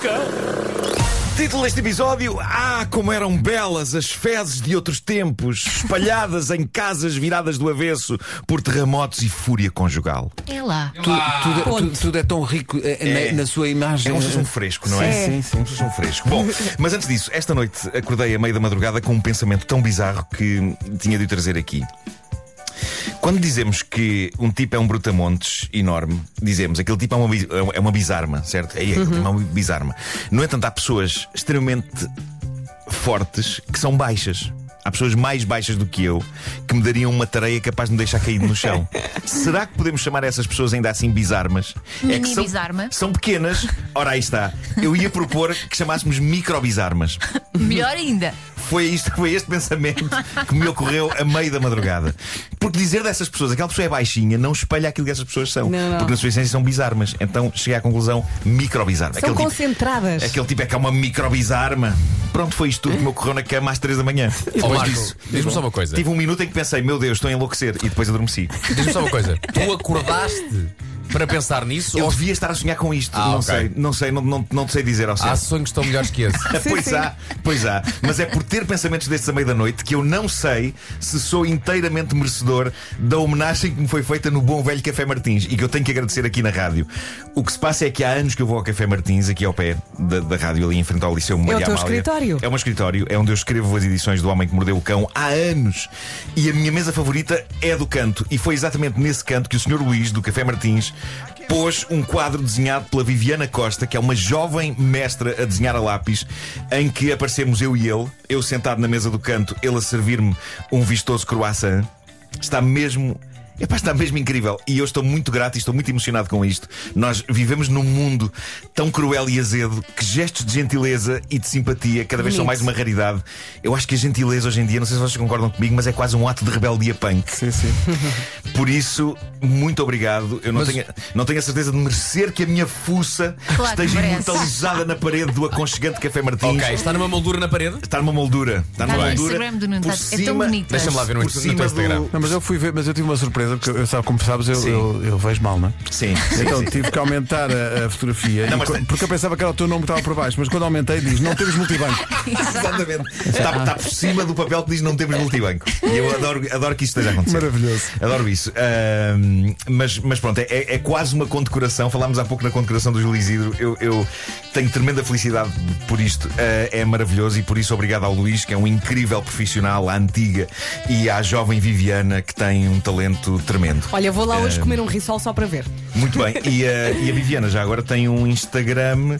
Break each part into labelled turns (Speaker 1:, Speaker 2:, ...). Speaker 1: cão.
Speaker 2: Título deste episódio: Ah, como eram belas as fezes de outros tempos, espalhadas em casas viradas do avesso por terremotos e fúria conjugal.
Speaker 3: É lá.
Speaker 4: Tu- tudo, tudo- tudo é tão rico eh,
Speaker 2: Ah, É.
Speaker 4: Na, na sua
Speaker 2: É
Speaker 4: imagem.
Speaker 2: um sumo fresco, não é?
Speaker 4: Sim, sim,
Speaker 2: Um sumo fresco. Bom, mas antes disso, esta noite acordei a meio da madrugada com um pensamento tão bizarro que tinha de o trazer aqui. Quando dizemos que um tipo é um brutamontes enorme, dizemos aquele tipo é uma, bi- é uma bizarma, certo? É, aquele tipo é uma bizarma. No entanto, há pessoas extremamente fortes que são baixas. Há pessoas mais baixas do que eu que me dariam uma tareia capaz de me deixar cair no chão. Será que podemos chamar essas pessoas ainda assim bizarmas? que
Speaker 3: Mini
Speaker 2: são,
Speaker 3: bizarma.
Speaker 2: são pequenas. Ora, aí está. Eu ia propor que chamássemos microbizarmas.
Speaker 3: Melhor ainda.
Speaker 2: Foi, isto, foi este pensamento que me ocorreu a meio da madrugada. Porque dizer dessas pessoas, aquela pessoa é baixinha, não espelha aquilo que essas pessoas são.
Speaker 5: Não, não.
Speaker 2: Porque na sua essência são bizarmas. Então cheguei à conclusão microbizarma.
Speaker 5: São
Speaker 2: Aquele tipo-
Speaker 5: concentradas.
Speaker 2: Aquele tipo é que é uma microbizarma. Pronto, foi isto tudo que me ocorreu na cama às três da manhã.
Speaker 1: Ó
Speaker 6: Ó,
Speaker 1: Marco,
Speaker 6: disso.
Speaker 1: diz-me só uma coisa.
Speaker 2: Tive um minuto em que pensei, meu Deus, estou a enlouquecer. E depois adormeci.
Speaker 1: Diz-me só uma coisa. Tu acordaste para pensar nisso?
Speaker 2: Eu
Speaker 1: ou...
Speaker 2: devia estar a sonhar com isto.
Speaker 1: Ah,
Speaker 2: não,
Speaker 1: ok.
Speaker 2: sei, não sei, não não- não te sei dizer ao certo.
Speaker 1: Há sonhos que estão melhores que esse.
Speaker 5: Sim,
Speaker 2: pois
Speaker 5: sim.
Speaker 2: há, pois há. Mas é por ter pensamentos destes à meia da noite que eu não sei se sou inteiramente merecedor da homenagem que me foi feita no bom velho Café Martins e que eu tenho que agradecer aqui na rádio. O que se passa é que há anos que eu vou ao Café Martins, aqui ao pé da, da rádio, ali em frente ao Liceu Maria
Speaker 5: teu
Speaker 2: Amália.
Speaker 5: escritório.
Speaker 2: É um escritório, é onde eu escrevo as edições do Homem que Mordeu o Cão há anos. E a minha mesa favorita é a do canto. E foi exatamente nesse canto que o Sr. Luís, do Café Martins, pôs um quadro desenhado pela Viviana Costa, que é uma jovem mestra a desenhar a lápis, em que aparecemos eu e ele, eu sentado na mesa do canto, ele a servir-me um vistoso croissant. Está mesmo Epá, está mesmo incrível. E eu estou muito grato e estou muito emocionado com isto. Nós vivemos num mundo tão cruel e azedo que gestos de gentileza e de simpatia cada vez são
Speaker 5: Bonito.
Speaker 2: mais uma raridade. Eu acho que a gentileza hoje em dia, não sei se vocês concordam comigo, mas é quase um ato de rebeldia punk.
Speaker 4: Sim, sim.
Speaker 2: Por isso, muito obrigado. Eu não,
Speaker 1: Mas-
Speaker 2: tenho, não tenho a certeza de merecer que a minha fuça
Speaker 3: Claro que
Speaker 2: esteja
Speaker 3: merece.
Speaker 2: imortalizada na parede do aconchegante Café Martins.
Speaker 1: ok, está numa moldura na parede?
Speaker 2: Está numa moldura. Está numa
Speaker 3: no
Speaker 2: moldura.
Speaker 3: Instagram do Nuno,
Speaker 2: por
Speaker 3: está- é tão
Speaker 2: cima-
Speaker 3: bonito.
Speaker 1: Deixa-me lá ver no,
Speaker 2: Por
Speaker 1: no teu
Speaker 2: cima do-
Speaker 1: Instagram.
Speaker 4: Não, mas eu fui ver, mas eu tive uma surpresa, porque eu sabe, como sabes, eu,
Speaker 2: Sim.
Speaker 4: eu, eu vejo mal, não é?
Speaker 2: Sim, sim,
Speaker 4: Então
Speaker 2: sim.
Speaker 1: tipo
Speaker 4: tive que aumentar a, a fotografia,
Speaker 2: Não,
Speaker 4: e
Speaker 2: mas
Speaker 4: co-
Speaker 2: tem-
Speaker 4: porque eu pensava que era o teu nome que estava por baixo, mas quando aumentei diz, não temos multibanco.
Speaker 2: Exatamente. Está, está por cima do papel que diz não temos multibanco. E eu adoro, adoro que isto esteja acontecendo.
Speaker 4: Maravilhoso.
Speaker 2: Adoro isso. Ahm, mas, mas pronto, é, é quase uma condecoração. Falámos há pouco na condecoração do Júlio Isidro. Eu, eu tenho tremenda felicidade por isto. Ah, é maravilhoso e por isso obrigado ao Luís, que é um incrível profissional, à antiga, e à jovem Viviana, que tem um talento tremendo.
Speaker 5: Olha, vou lá hoje comer um risol só para ver.
Speaker 2: Muito bem, e a, e a Viviana já agora tem um Instagram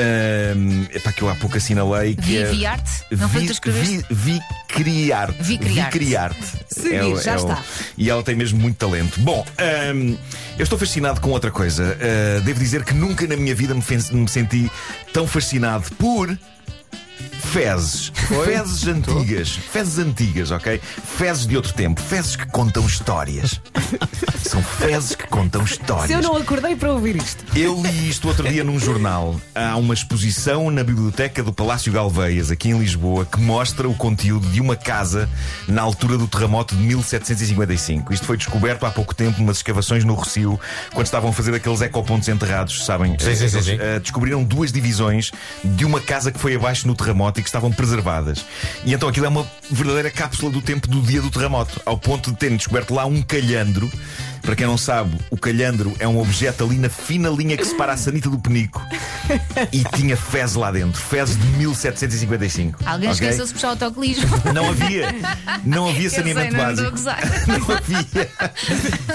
Speaker 2: ahm, epá, que eu há pouco assinalei. Que é-
Speaker 3: Viviarte? Não foi tu que escreveste?
Speaker 2: vi, vi criar
Speaker 3: Vicriarte.
Speaker 2: É
Speaker 5: Seguir, já está.
Speaker 2: E ela tem mesmo muito talento. Bom, ahm, eu estou fascinado com outra coisa. Ah, devo dizer que nunca na minha vida me, fen- me senti tão fascinado por. Fezes, fezes antigas, fezes antigas, ok? Fezes de outro tempo, fezes que contam histórias. São fezes que contam histórias.
Speaker 5: Se eu não acordei para ouvir isto.
Speaker 2: Eu li isto outro dia num jornal. Há uma exposição na biblioteca do Palácio Galveias, aqui em Lisboa, que mostra o conteúdo de uma casa na altura do terremoto de 1755. Isto foi descoberto há pouco tempo numas escavações no Rocio, quando estavam a fazer aqueles ecopontos enterrados, sabem?
Speaker 1: Sim, sim, sim, sim.
Speaker 2: Eh, descobriram duas divisões de uma casa que foi abaixo no terremoto e que estavam preservadas. E então aquilo é uma verdadeira cápsula do tempo do dia do terremoto, ao ponto de terem descoberto lá um calhandro. Para quem não sabe, o calhandro é um objeto ali na fina linha que separa a sanita do penico e tinha fezes lá dentro, fezes de 1755.
Speaker 3: Alguém
Speaker 2: ok?
Speaker 3: esqueceu-se de puxar o autocolismo.
Speaker 2: Não havia, não havia
Speaker 3: Eu sei,
Speaker 2: saneamento
Speaker 3: não é estou
Speaker 2: básico.
Speaker 3: a gozar.
Speaker 2: Não havia.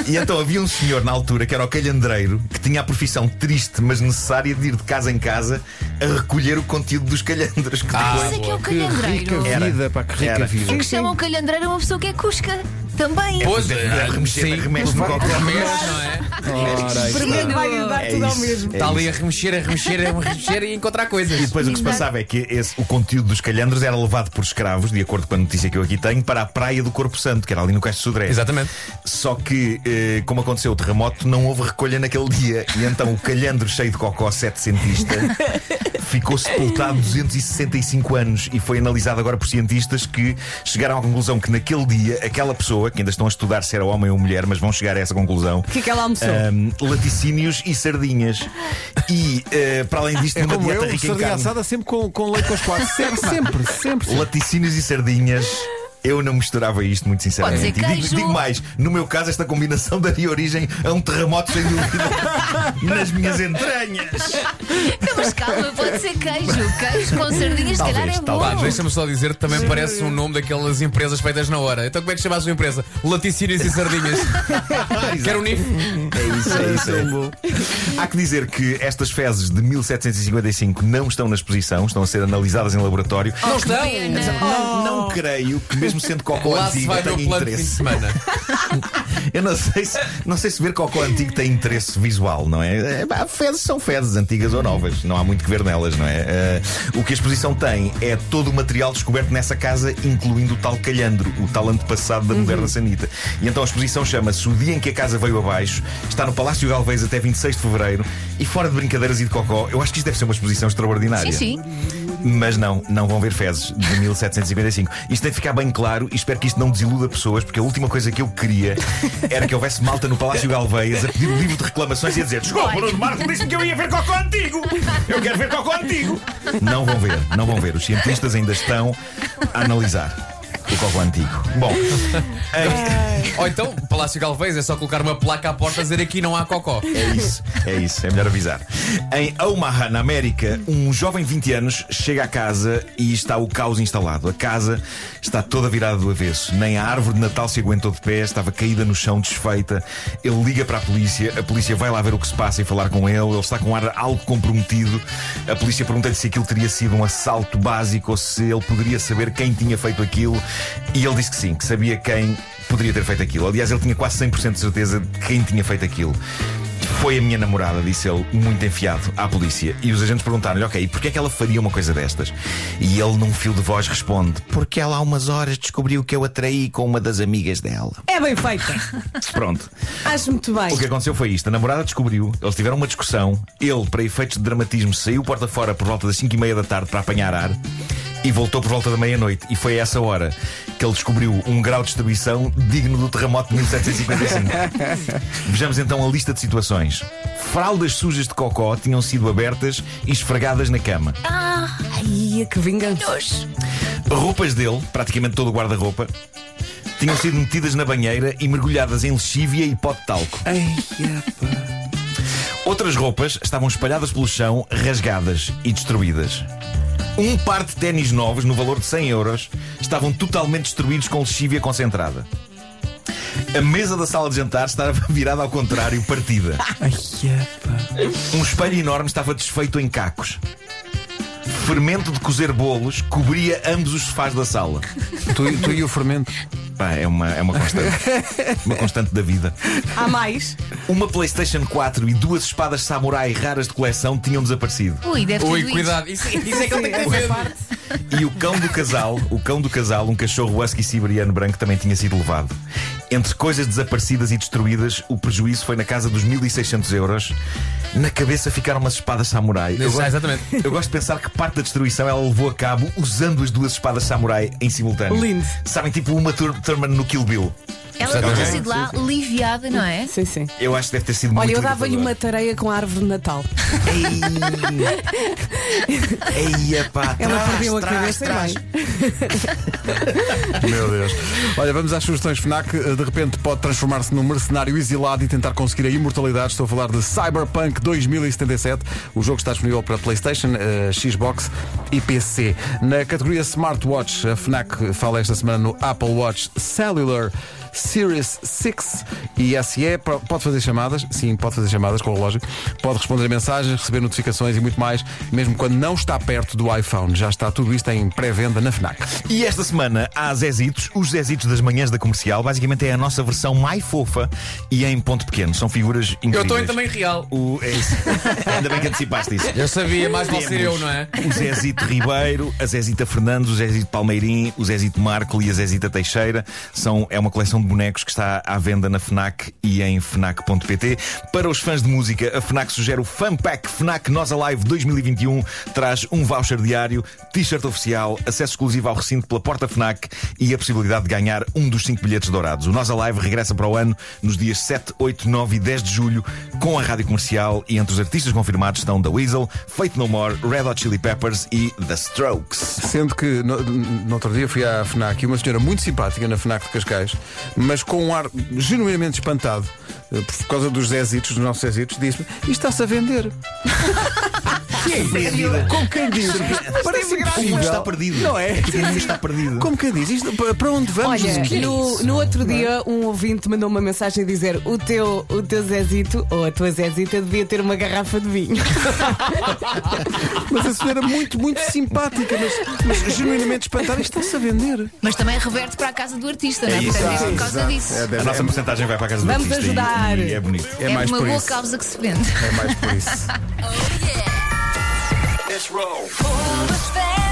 Speaker 2: E então havia um senhor na altura que era o calhandreiro, que tinha a profissão triste, mas necessária de ir de casa em casa a recolher o conteúdo dos calhandros. Que
Speaker 1: Ah,
Speaker 2: depois-
Speaker 3: Isso é que é o
Speaker 4: Que rica
Speaker 3: calhandreiro.
Speaker 2: Era.
Speaker 4: vida, pá, que rica
Speaker 2: Era.
Speaker 4: vida.
Speaker 3: O que chamam calhandreiro é uma pessoa que é cusca. Também.
Speaker 1: Pois,
Speaker 2: Deve-
Speaker 1: ah,
Speaker 2: deve remexer,
Speaker 1: sim.
Speaker 2: deve remexer no qualquer
Speaker 1: Remexe, não é?
Speaker 4: Ora, aí está.
Speaker 5: Vai dar
Speaker 2: É
Speaker 5: tudo ao
Speaker 2: isso,
Speaker 5: mesmo.
Speaker 2: é
Speaker 1: Está ali
Speaker 2: isso.
Speaker 1: a remexer, a remexer, a remexer e encontrar
Speaker 2: E
Speaker 1: coisas.
Speaker 2: depois o que se passava é que esse- o conteúdo dos calhandros era levado por escravos, de acordo com a notícia que eu aqui tenho, para a praia do Corpo Santo, que era ali no Castro de Sodré.
Speaker 1: Exatamente.
Speaker 2: Só que, eh, como aconteceu o terremoto, não houve recolha naquele dia. E então o calhandro cheio de cocó setecentista ficou sepultado 265 anos e foi analisado agora por cientistas que chegaram à conclusão que naquele dia aquela pessoa, que ainda estão a estudar se era homem ou mulher, mas vão chegar a essa conclusão,
Speaker 5: O que é que ela almoçou?
Speaker 4: Então.
Speaker 2: ahm, laticínios e sardinhas. E eh, para além disto,
Speaker 4: É
Speaker 2: numa
Speaker 4: como
Speaker 2: dieta
Speaker 4: eu,
Speaker 2: rica em
Speaker 4: sardinha
Speaker 2: carne,
Speaker 4: assada sempre com, com leite com os quatro. Sempre, sempre, sempre. sempre.
Speaker 2: laticínios e sardinhas. Eu não misturava isto, muito sinceramente.
Speaker 3: Pode ser
Speaker 2: e digo,
Speaker 3: queijo.
Speaker 2: digo mais, no meu caso, esta combinação daria origem a um terremoto sem dúvida nas minhas entranhas.
Speaker 3: Não, mas calma, pode ser queijo. Queijo com sardinhas, se calhar
Speaker 2: Talvez,
Speaker 3: é
Speaker 1: Pá,
Speaker 3: bom.
Speaker 1: deixa-me só dizer, também parece um nome daquelas empresas feitas na hora. Então como é que chama a sua empresa? Laticínios e Sardinhas. Quero um NIF.
Speaker 2: É isso, é isso. é. Há que dizer que estas fezes de 1755 não estão na exposição, estão a ser analisadas em laboratório.
Speaker 3: Não
Speaker 1: estão.
Speaker 3: né?
Speaker 2: Não, não creio que, mesmo sendo cocó
Speaker 1: Lá se
Speaker 2: antigo,
Speaker 1: vai meu
Speaker 2: tenha
Speaker 1: plano de fim de
Speaker 2: interesse.
Speaker 1: semana.
Speaker 2: Eu não sei, se, não sei se ver cocó antigo tem interesse visual, não é? é pá, fezes são fezes, antigas ou novas. Não há muito que ver nelas, não é? Eh, o que a exposição tem é todo o material descoberto nessa casa, incluindo o tal calhandro, o tal antepassado da
Speaker 3: Uhum.
Speaker 2: moderna sanita. E então a exposição chama-se O Dia em que a Casa Veio Abaixo, está no Palácio Galvez até 26 de Fevereiro e fora de brincadeiras e de cocó, eu acho que isto deve ser uma exposição extraordinária.
Speaker 3: Sim, sim.
Speaker 2: Mas não, não vão ver fezes de 1755. Isto tem de ficar bem claro e espero que isto não desiluda pessoas, porque a última coisa que eu queria era que houvesse malta no Palácio Galveias a pedir o livro de reclamações e a dizer: Desculpa, Bruno Marco disse-me que eu ia ver cocó antigo! Eu quero ver cocó antigo! Não vão ver, não vão ver. Os cientistas ainda estão a analisar. O cocó antigo. Bom,
Speaker 1: Ou então, Palácio Galvez, é só colocar uma placa à porta a dizer aqui não há cocó.
Speaker 2: É isso, é isso, é melhor avisar. Em Omaha, na América, um jovem de 20 anos chega à casa e está o caos instalado. A casa está toda virada do avesso. Nem a árvore de Natal se aguentou de pé, estava caída no chão, desfeita. Ele liga para a polícia, a polícia vai lá ver o que se passa e falar com ele. Ele está com um ar algo comprometido. A polícia pergunta-lhe se aquilo teria sido um assalto básico ou se ele poderia saber quem tinha feito aquilo. E ele disse que sim, que sabia quem poderia ter feito aquilo. Aliás, ele tinha quase 100% de certeza de quem tinha feito aquilo. Foi a minha namorada, disse ele, muito enfiado à polícia. E os agentes perguntaram-lhe, ok, e porquê é que ela faria uma coisa destas? E ele, num fio de voz, responde: Porque ela há umas horas descobriu que eu a traí com uma das amigas dela.
Speaker 5: É bem feito.
Speaker 2: Pronto.
Speaker 5: Acho muito bem.
Speaker 2: O que aconteceu foi isto: a namorada descobriu, eles tiveram uma discussão. Ele, para efeitos de dramatismo, saiu porta fora por volta das 5 e meia da tarde para apanhar ar e voltou por volta da meia-noite. E foi a essa hora que ele descobriu um grau de distribuição digno do terremoto de 1755. Vejamos então a lista de situações. Fraldas sujas de cocó tinham sido abertas e esfregadas na cama.
Speaker 5: Ai, que vingança.
Speaker 2: Roupas dele, praticamente todo o guarda-roupa, tinham sido metidas na banheira e mergulhadas em lexívia e pó de talco. Outras roupas estavam espalhadas pelo chão, rasgadas e destruídas. Um par de ténis novos, no valor de 100 euros, estavam totalmente destruídos com lexívia concentrada. A mesa da sala de jantar estava virada ao contrário, partida. Um espelho enorme estava desfeito em cacos. Fermento de cozer bolos cobria ambos os sofás da sala.
Speaker 4: Tu, tu e o fermento.
Speaker 2: Pá, é uma, é uma constante. Uma constante da vida.
Speaker 5: Há mais?
Speaker 2: Uma PlayStation 4 e duas espadas samurai raras de coleção tinham desaparecido.
Speaker 3: Ui, deve ter
Speaker 1: Ui,
Speaker 3: doído.
Speaker 1: cuidado. Isso, isso é que ele tem que correr.
Speaker 2: E o cão do casal, o cão do casal, um cachorro husky siberiano branco também tinha sido levado. Entre coisas desaparecidas e destruídas, o prejuízo foi na casa dos 1600 euros. Na cabeça ficaram umas espadas samurai. Eu
Speaker 1: Ah,
Speaker 2: gosto,
Speaker 1: Exatamente.
Speaker 2: eu gosto de pensar que parte da destruição ela levou a cabo usando as duas espadas samurai em simultâneo.
Speaker 5: Lindo.
Speaker 2: Sabem, tipo uma Thur- Thurman no Kill Bill.
Speaker 3: Ela deve ter sido lá aliviada, não é?
Speaker 5: Sim, sim.
Speaker 2: Eu acho que deve ter sido
Speaker 5: Olha,
Speaker 2: muito
Speaker 5: eu dava-lhe
Speaker 2: libertador.
Speaker 5: uma tareia com a árvore de Natal.
Speaker 2: Ei, ei, epá,
Speaker 5: Ela
Speaker 2: trás,
Speaker 5: perdeu a
Speaker 2: trás,
Speaker 5: cabeça e
Speaker 2: trás.
Speaker 5: bem.
Speaker 4: Meu Deus. Olha, vamos às sugestões FNAC. De repente pode transformar-se num mercenário exilado e tentar conseguir a imortalidade. Estou a falar de Cyberpunk 2077. O jogo está disponível para PlayStation, eh, Xbox e PC. Na categoria Smartwatch, a FNAC fala esta semana no Apple Watch Cellular. Series 6 e SE Pro- pode fazer chamadas, sim, pode fazer chamadas com o relógio, pode responder a mensagens, receber notificações e muito mais, mesmo quando não está perto do iPhone. Já está tudo isto em pré-venda na FNAC.
Speaker 2: E esta semana há Zezitos, os Zezitos das manhãs da comercial. Basicamente é a nossa versão mais fofa e em ponto pequeno. São figuras incríveis.
Speaker 1: Eu estou em também real.
Speaker 2: O, é isso. Ainda bem que antecipaste isso.
Speaker 1: Eu sabia, mais vale ser eu,
Speaker 2: Temos
Speaker 1: não é?
Speaker 2: O Zezito Ribeiro, a Zezita Fernandes, o Zezito Palmeirim, o Zezito Marco e a Zezita Teixeira. São, é uma coleção de bonecos que está à venda na FNAC e em FNAC.pt. Para os fãs de música, a FNAC sugere o Fun Pack FNAC Nós Alive 2021. Traz um voucher diário, t-shirt oficial, acesso exclusivo ao recinto pela porta FNAC e a possibilidade de ganhar um dos cinco bilhetes dourados. O Nós Alive regressa para o ano nos dias 7, 8, 9 e 10 de julho com a rádio comercial e entre os artistas confirmados estão The Weasel, Fate No More, Red Hot Chili Peppers e The Strokes.
Speaker 4: Sendo que no, no outro dia fui à FNAC e uma senhora muito simpática na FNAC de Cascais, mas com um ar genuinamente espantado eh, por causa dos Zezitos, dos nossos Zezitos, disse-me: Isto está-se a vender. Como é quem diz? Parece
Speaker 2: O mundo está
Speaker 4: impossível.
Speaker 2: perdido.
Speaker 4: Não é?
Speaker 2: Porque o mundo está perdido.
Speaker 4: Como quem diz? Isto, para- para onde vamos?
Speaker 5: Olha,
Speaker 4: O que é
Speaker 5: no,
Speaker 4: isso?
Speaker 5: no outro dia um ouvinte mandou uma mensagem a dizer o teu, o teu Zezito ou a tua Zezita devia ter uma garrafa de vinho.
Speaker 4: Mas a senhora muito, muito simpática, mas, mas genuinamente espantada. Isto está-se a vender.
Speaker 3: Mas também reverte para a casa do artista, não é?
Speaker 2: isso.
Speaker 3: Portanto, é por
Speaker 4: Exato,
Speaker 3: causa
Speaker 4: exato.
Speaker 3: disso.
Speaker 4: É,
Speaker 3: É,
Speaker 4: deve-
Speaker 2: A nossa porcentagem vai para a casa do
Speaker 5: Vamos
Speaker 2: artista e-
Speaker 5: ajudar.
Speaker 2: E, é bonito.
Speaker 4: é
Speaker 3: de uma
Speaker 4: mais por
Speaker 3: boa
Speaker 4: isso.
Speaker 3: causa que se vende.
Speaker 4: É mais por isso.
Speaker 6: Let's roll.